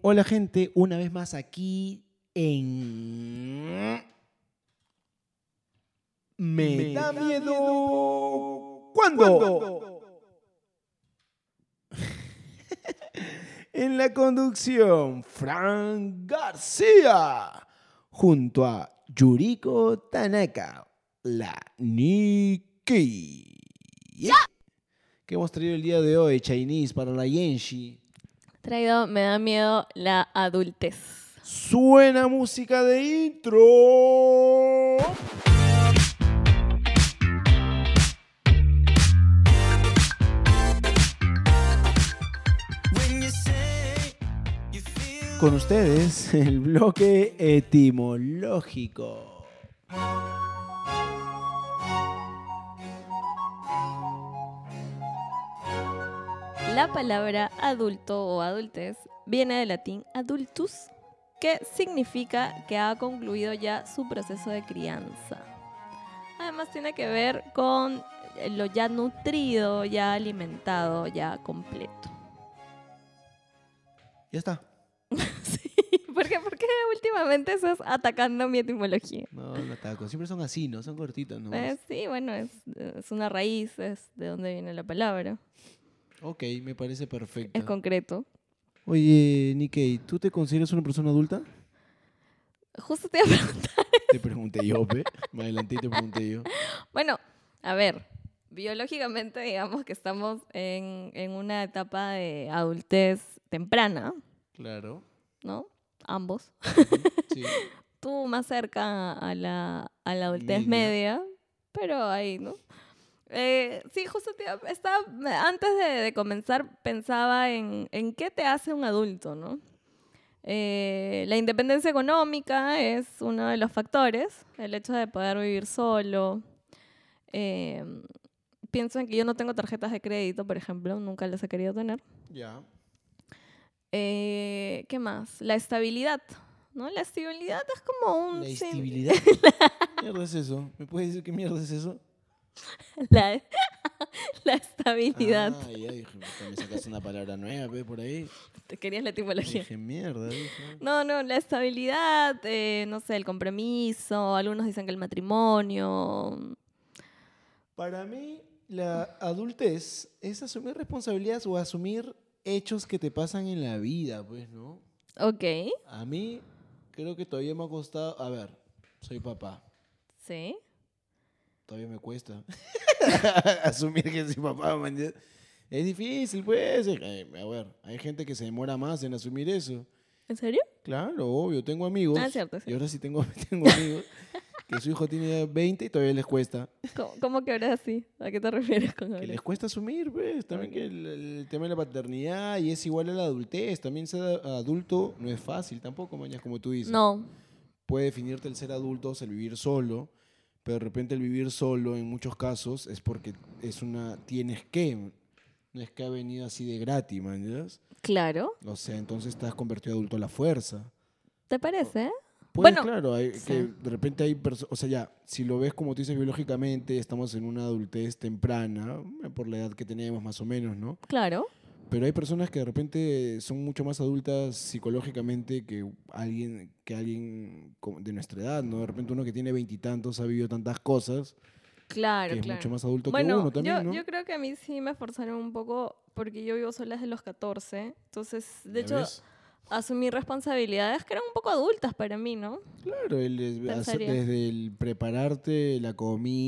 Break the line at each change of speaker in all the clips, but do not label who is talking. Hola gente, una vez más aquí en... Me, da miedo. ¿Cuándo? en la conducción, Frank García, junto a Yuriko Tanaka, la Nikki. Que hemos traído el día de hoy, Chinese para la Yenshi.
Traído, me da miedo la adultez.
Suena música de intro. Con ustedes el bloque etimológico.
La palabra adulto o adultez viene del latín adultus, que significa que ha concluido ya su proceso de crianza. Además tiene que ver con lo ya nutrido, ya alimentado, ya completo.
Ya está.
¿Por qué, por qué últimamente estás atacando mi etimología?
No, no ataco. Siempre son así, ¿no? Son cortitos, ¿no?
Eh, sí, bueno, es, es una raíz, es de donde viene la palabra.
Ok, me parece perfecto.
Es concreto.
Oye, Nikkei, ¿tú te consideras una persona adulta?
Justo te iba a preguntar.
Te pregunté yo, ¿ve? Más adelante te pregunté yo.
Bueno, a ver, biológicamente digamos que estamos en, en una etapa de adultez temprana,
Claro.
¿no? Ambos.
Sí.
Tú más cerca a la, a la adultez
Media.
media, pero ahí, ¿no? Eh, sí, justo te iba- estaba- antes de, de comenzar pensaba en, en qué te hace un adulto, ¿no? Eh, la independencia económica es uno de los factores, el hecho de poder vivir solo. Eh, pienso en que yo no tengo tarjetas de crédito, por ejemplo, nunca las he querido tener.
Ya.
Eh, ¿Qué más? La estabilidad, ¿no? La estabilidad es como un...
La
sin-
estabilidad. ¿Qué mierda es eso? ¿Me puedes decir qué mierda es eso?
La, la estabilidad.
Ah, ya dije, puta, me sacaste una palabra nueva, ve, por ahí.
Te querías la etimología.
Dije, mierda, dije.
No, no, la estabilidad, eh, no sé, el compromiso, algunos dicen que el matrimonio.
Para mí, la adultez es asumir responsabilidades o asumir hechos que te pasan en la vida, pues, ¿no?
Ok,
A mí, creo que todavía me ha costado. A ver, soy papá.
sí.
Todavía me cuesta asumir que soy papá, man, ya. Es difícil, pues. Eh, A ver, hay gente que se demora más en asumir eso.
¿En serio?
Claro, obvio, tengo amigos.
Ah, cierto,
Y
cierto.
ahora sí tengo, tengo amigos que su hijo tiene ya 20 y todavía les cuesta.
¿Cómo, cómo que hablas así? ¿A qué te refieres con
Que
hablar?
les cuesta asumir, pues. También que el, el tema de la paternidad y es igual a la adultez. También ser a- adulto no es fácil tampoco, mañas, como tú dices.
No,
Puede definirte el ser adulto, es el vivir solo, pero de repente el vivir solo en muchos casos es porque es una tienes que. No es que ha venido así de gratis, mañas.
claro.
O sea, entonces estás convertido en adulto a la fuerza.
¿Te parece?
Pues
Bueno,
claro, hay-
sí.
que de repente hay personas, o sea, ya, si lo ves como tú dices biológicamente, estamos en una adultez temprana, eh, por la edad que tenemos más o menos, ¿no?
Claro.
Pero hay personas que de repente son mucho más adultas psicológicamente que alguien, que alguien como de nuestra edad, ¿no? De repente uno que tiene veintitantos ha vivido tantas cosas,
Claro,
que es
claro.
mucho más adulto
bueno,
que uno también,
yo,
¿no?
yo creo que a mí sí me forzaron un poco porque yo vivo sola desde los 14. Entonces, de
¿Ya
hecho,
ves?
asumí responsabilidades que eran un poco adultas para mí, ¿no?
Claro, el- el- hacer-
Pensaría.
desde el prepararte la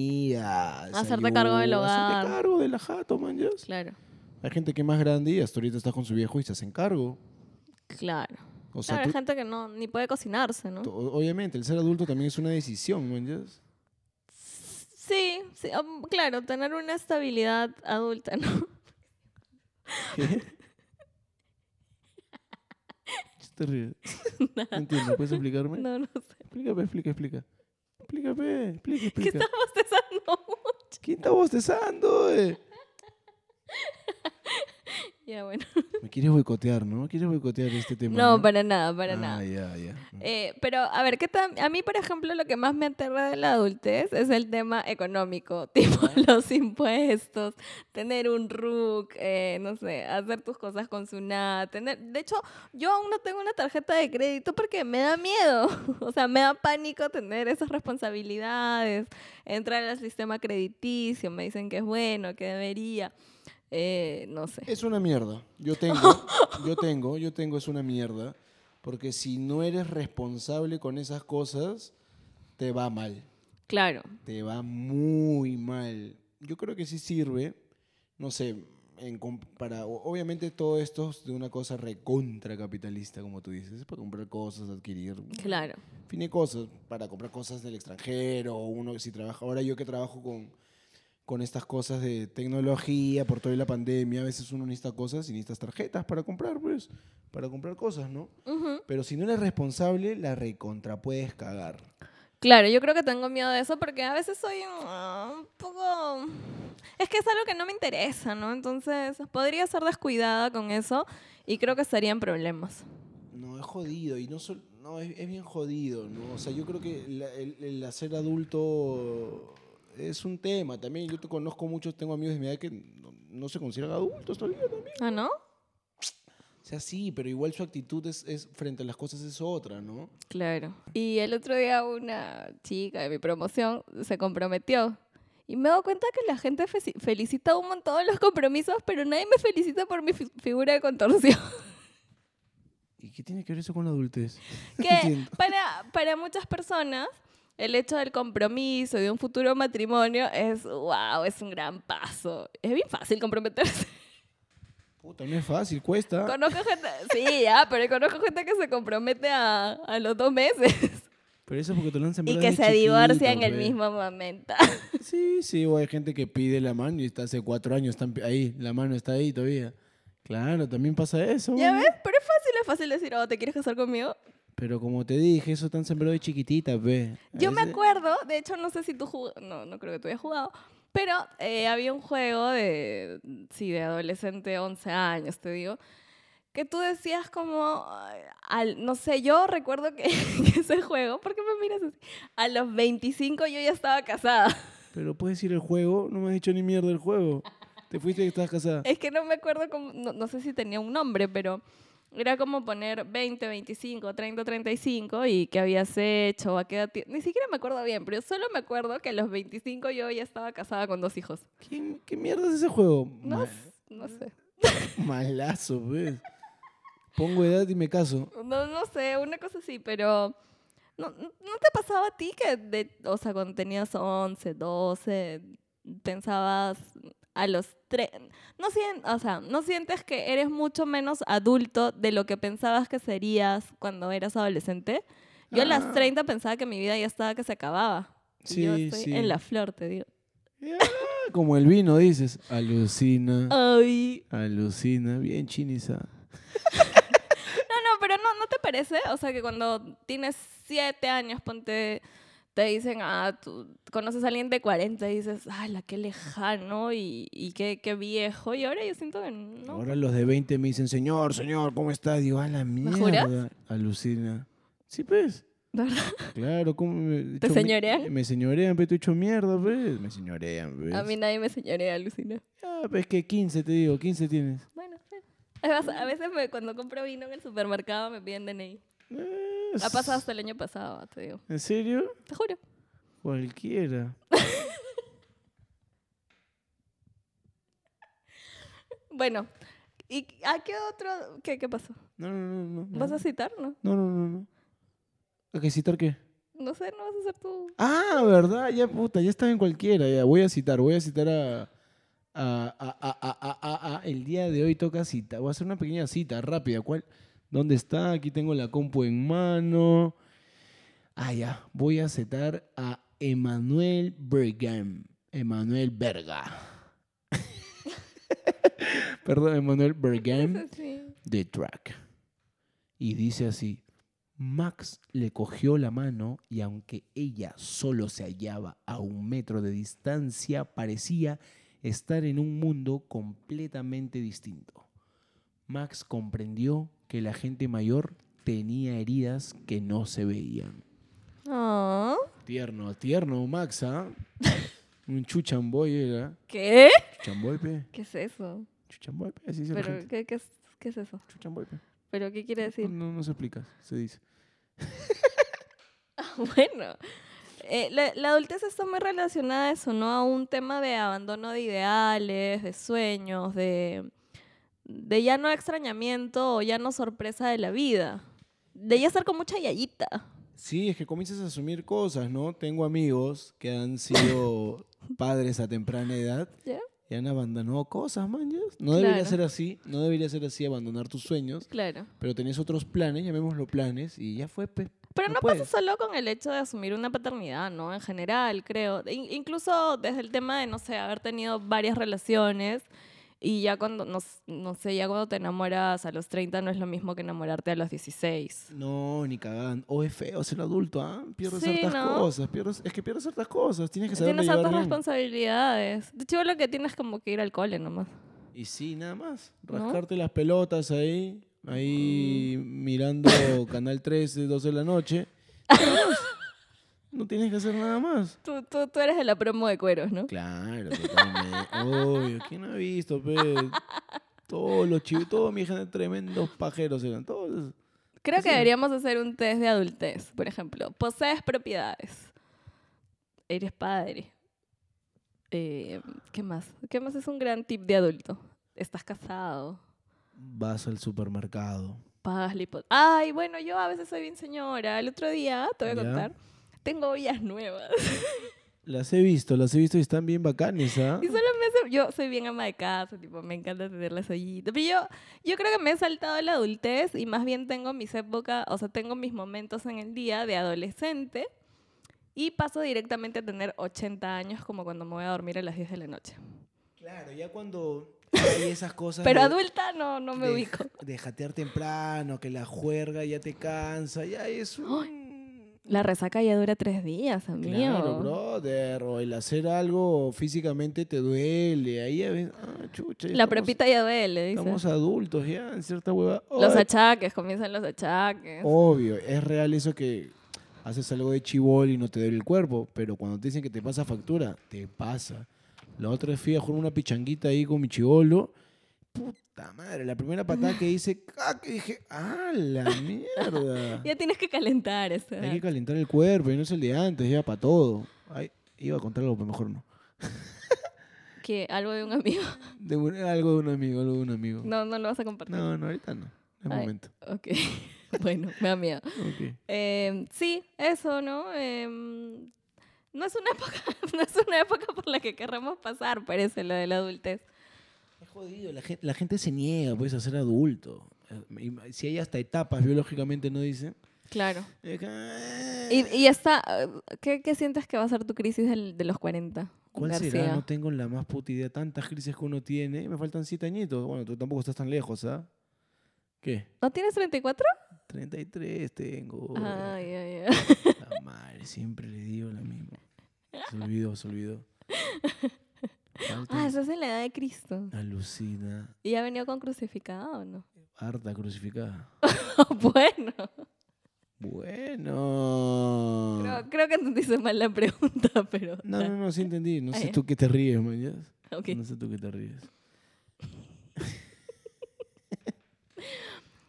comida,
Hacerte cargo del
desayuno,
hogar.
Hacerte cargo de la jato, man, ¿ya?
Claro,
Hay gente que es más grande y hasta ahorita está con su viejo y se hacen cargo.
claro.
O sea,
claro, hay
tú-
gente que no, ni puede cocinarse, ¿no?
tú- obviamente, el ser adulto también es una decisión, ¿no? entiendes?
Sí, sí, um, claro, tener una estabilidad adulta, ¿no?
¿Qué? ¿Qué te ríes? No entiendo, ¿puedes explicarme?
No, no sé.
Explícame, explica, explica. Explícame, explica,
¿Qué
explica.
estás bostezando?
¿Quién está bostezando? eh?
Ya, bueno.
Me quieres boicotear, ¿no? Me quieres boicotear este tema.
No, para nada, para
ah,
nada.
Ya, ya.
Eh, pero a ver, ¿qué tan- a mí, por ejemplo, lo que más me aterra de la adultez es el tema económico, tipo los impuestos, tener un RUC, eh, no sé, hacer tus cosas con su nada, tener... De hecho, yo aún no tengo una tarjeta de crédito porque me da miedo, o sea, me da pánico tener esas responsabilidades, entrar al sistema crediticio, me dicen que es bueno, que debería, eh, no sé.
Es una mierda. Yo tengo, yo tengo, yo tengo, es una mierda. Porque si no eres responsable con esas cosas, te va mal.
Claro,
Te va muy mal. Yo creo que sí sirve, no sé, en com- para, o- obviamente todo esto es de una cosa recontra capitalista, como tú dices, es para comprar cosas, adquirir,
claro.
fin de cosas, para comprar cosas del extranjero, o uno que si trabaja, ahora yo que trabajo con, con estas cosas de tecnología, por toda la pandemia, a veces uno necesita cosas y necesitas tarjetas para comprar, pues, para comprar cosas, ¿no?
Ujú.
Pero si no eres responsable, la recontra puedes cagar.
Claro, yo creo que tengo miedo de eso porque a veces soy ah, un poco... Es que es algo que no me interesa, ¿no? Entonces podría ser descuidada con eso y creo que estarían problemas.
No, es jodido y no sol- no es, es bien jodido, ¿no? O sea, yo creo que la- el, el hacer adulto es un tema también. Yo te conozco muchos, tengo amigos de mi edad que no, no se consideran adultos todavía también.
¿Ah, no?
O sea, sí, pero igual su actitud es, es- frente a las cosas es otra, ¿no?
Claro. Y el otro día una chica de mi promoción se comprometió. Y me he dado cuenta que la gente feci- felicita un montón los compromisos, pero nadie me felicita por mi fi- figura de contorsión.
¿Y qué tiene que ver eso con la adultez?
que para, para muchas personas el hecho del compromiso y de un futuro matrimonio es, wow, es un gran paso. Es bien fácil comprometerse.
Puta, no es fácil, cuesta.
Conozco gente, sí, ya, pero conozco gente que se compromete a, a los dos meses
Pero eso es porque te lo han
y
sembrado
que
desde
se divorcia
chiquito,
en
pues.
el
pe.
mismo momento.
Sí, sí, o hay gente que pide la mano y está hace cuatro años están pi- ahí, la mano está ahí todavía. Claro, también pasa eso.
¿Ya
güey.
ves? Pero es fácil, es fácil decir, oh, ¿te quieres casar conmigo?
Pero como te dije, eso tan sembrado de chiquitita, ve.
Yo me
Ese-
acuerdo, de hecho no sé si tú jug- no, no creo que tú hayas jugado, pero eh, había un juego de, sí, de adolescente, 11 años, te digo, que tú decías como, ay, al, no sé, yo recuerdo que, que ese juego, ¿por qué me miras así? A los 25 yo ya estaba casada.
Pero puedes ir al juego, no me has dicho ni mierda del juego. Te fuiste que estás casada.
Es que no me acuerdo, cómo- no, no sé si tenía un nombre, pero era como poner 20, 25, 30, 35 y qué habías hecho, a qué edad... ti- Ni siquiera me acuerdo bien, pero yo solo me acuerdo que a los 25 yo ya estaba casada con dos hijos.
¿Quién- ¿Qué mierda es ese juego?
No,
Ma-
s- no sé.
malazo, pues. Pongo edad y me caso.
No, no sé, una cosa así, pero... ¿No, no- no te pasaba a ti que, de, o sea, cuando tenías 11, 12, pensabas a los tres... No, sien- o sea, ¿No sientes que eres mucho menos adulto de lo que pensabas que serías cuando eras adolescente? Yo a
Ah.
las 30 pensaba que mi vida ya estaba que se acababa. Y yo
Sí,
estoy
sí.
en la flor, te digo.
Ya, Ah, Como el vino, dices.
Oh.
Alucina.
Ay,
Alucina. Bien chiniza.
No, no, pero no, ¿no te parece? O sea, que cuando tienes siete años, ponte, te dicen, ah, tú conoces a alguien de 40 y dices, ah, la qué lejano y, y qué, qué viejo. Y ahora yo siento que no.
Ahora los de 20 me dicen, señor, señor, ¿cómo está? Digo, a la mierda.
juras?
Alucina. Sí, pues.
¿De verdad?
Claro, ¿cómo me,
¿Te
hecho mi-
señorean?
Me señorean, pero te he hecho mierda, pues. Me señorean, pues.
A mí nadie me señorea, alucina.
Ah, pues que 15 te digo, 15 tienes.
Bueno, sí. a veces- a veces me- cuando compro vino en el supermercado me piden DNI.
Eh,
Ha pasado hasta el año pasado, te digo.
¿En serio?
Te juro.
Cualquiera.
Bueno, ¿y a qué otro? ¿Qué, qué pasó?
No, no, no, no.
¿Vas a citar? No,
No, no, no, no. ¿A qué citar qué?
no sé, no vas a hacer tú.
Ah, ¿verdad? Ya, puta, ya estaba en cualquiera. Ya, voy a citar, voy a citar a... a- a- a- a- a- a- a- el día de hoy toca cita. Voy a hacer una pequeña cita rápida. ¿Cuál? ¿Dónde está? Aquí tengo la compu en mano. Ah, ya. Voy a citar a Emanuel Bergam. Emanuel Berga. Perdón, Emanuel Bergam
Sí, sí.
de track. Y dice así, Max le cogió la mano y aunque ella solo se hallaba a un metro de distancia, parecía estar en un mundo completamente distinto. Max comprendió que la gente mayor tenía heridas que no se veían.
Oh,
Tierno, tierno, Max, ¿ah? Un chuchamboy era.
¿Qué?
Chuchamboy, pe.
¿Qué es eso?
Chuchamboy, pe. Así dice la
Pero,
gente.
¿qué, qué es, qué es eso? Mm.
Chuchamboy, pe.
¿Pero qué quiere decir?
No, no se explica, se dice.
Bueno, eh, la, la adultez está muy relacionada a eso, ¿no? A un tema de abandono de ideales, de sueños, de, de ya no extrañamiento o ya no sorpresa de la vida. De ya estar con mucha yayita.
Sí, es que comienzas a asumir cosas, ¿no? Tengo amigos que han sido padres a temprana edad
¿Ya?
y han abandonado cosas, man. ¿ya? No debería
Claro.
ser así, no debería ser así abandonar tus sueños,
Claro.
pero tenés otros planes, llamémoslo planes, y ya fue, pe.
Pero
No
no,
puedes.
pasa solo con el hecho de asumir una paternidad, ¿no? En general, creo. In- incluso desde el tema de, no sé, haber tenido varias relaciones y ya cuando, no, s- no sé, ya cuando te enamoras a los 30 no es lo mismo que enamorarte a los 16.
No, ni cagando. O es feo ser adulto, ¿ah? Pierdes
Sí,
ciertas
¿no?
cosas, pierdes, es que pierdes ciertas cosas, tienes que saber
Tienes
llevar
altas
bien.
responsabilidades. De hecho, lo que tienes como que ir al cole nomás.
Y sí, nada más.
¿No?
Rascarte las pelotas ahí, ahí mirando Canal 13, 12 de la noche. Nada más. No tienes que hacer nada más.
Tú, tú, tú eres de la promo de cueros, ¿no?
Claro, totalmente. Obvio, ¿quién ha visto, pe? Todos los chivos, todos mi gente, tremendos pajeros eran. Todos.
Creo que
Sí.
deberíamos hacer un test de adultez, por ejemplo. Posees propiedades. Eres padre. Eh, ¿Qué más? ¿Qué más es un gran tip de adulto? Estás casado.
Vas al supermercado.
Pagas la hipoteca. Ay, bueno, yo a veces soy bien señora. El otro día, te voy a
Ya.
contar, tengo ollas nuevas.
Las he visto, las he visto y están bien bacanes, ¿ah?
Y solo me hace- Yo soy bien ama de casa, tipo, me encanta tener las ollitas. Pero yo, yo creo que me he saltado la adultez y más bien tengo mis épocas, o sea, tengo mis momentos en el día de adolescente y paso directamente a tener 80 años como cuando me voy a dormir a las 10 de la noche.
Claro, ya cuando hay esas cosas.
Pero
de-
adulta no, no me
de-
ubico.
De jatear temprano, que la juerga ya te cansa, ya es un...
La resaca ya dura tres días, amigo.
Claro, brother, o el hacer algo físicamente te duele, ahí a veces, ah, chucha, ya
La
estamos-
prepita ya duele, dice.
Estamos adultos ya, en cierta hueva.
Los
Ay, Oh.
achaques, comienzan los achaques.
Obvio, es real eso que haces algo de chibol y no te duele el cuerpo, pero cuando te dicen que te pasa factura, te pasa. La otra vez fui a jugar una pichanguita ahí con mi chibolo. Puta madre, la primera patada que hice, ¡cac! y dije, ¡ah, la mierda!
Ya tienes que calentar eso.
Hay que calentar el cuerpo, y no es el de antes, ya para todo. Ay, iba a contar algo, pero mejor no.
Que algo de un amigo.
De un- algo de un amigo, algo de un amigo. No,
No, no lo vas a compartir.
no, ahorita no. Es
Ay.
momento.
Ok, bueno, me da miedo.
Ok.
Em, sí, eso, ¿no? Em, no, es una época, no es una época por la que querramos pasar, parece, la de la adultez.
Es jodido, la gente, la gente se niega pues, a ser adulto. Eh, y- Si hay hasta etapas, biológicamente no eh, dicen.
Claro.
Es que,
Y, y esta, ¿qué, qué sientes que va a ser tu crisis del- de los 40?
¿Cuál
García?
será? No tengo la más puta idea. Tantas crisis que uno tiene. Me faltan siete añitos. Bueno, tú tampoco estás tan lejos, ¿ah? ¿Qué?
¿No tienes 34?
33 tengo.
Ay, ay, ay.
La madre, siempre le digo la misma. Se olvidó, se olvidó. Faltan-
Ah, estás en la edad de Cristo.
Alucina,
¿Y ha venido con crucificado o no?
harta crucificada.
bueno,
Bueno.
creo, creo que entendiste mal la pregunta, pero...
No, no, no, sí entendí. No
Ah,
sé
ya.
tú qué te ríes, mañana.
Ok.
No sé tú qué te ríes.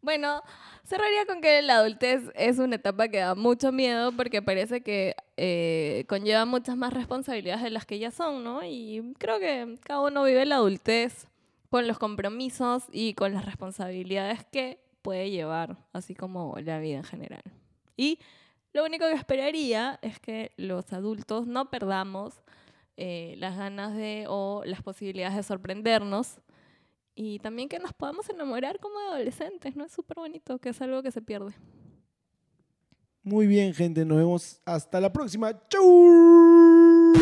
Bueno, cerraría con que la adultez es una etapa que da mucho miedo porque parece que eh, conlleva muchas más responsabilidades de las que ya son, ¿no? Y creo que cada uno vive la adultez con los compromisos y con las responsabilidades que puede llevar, así como la vida en general. Y lo único que esperaría es que los adultos no perdamos eh, las ganas de o las posibilidades de sorprendernos y también que nos podamos enamorar como de adolescentes, ¿no? Es súper bonito, que es algo que se pierde.
Muy bien, gente. Nos vemos hasta la próxima. ¡Chau!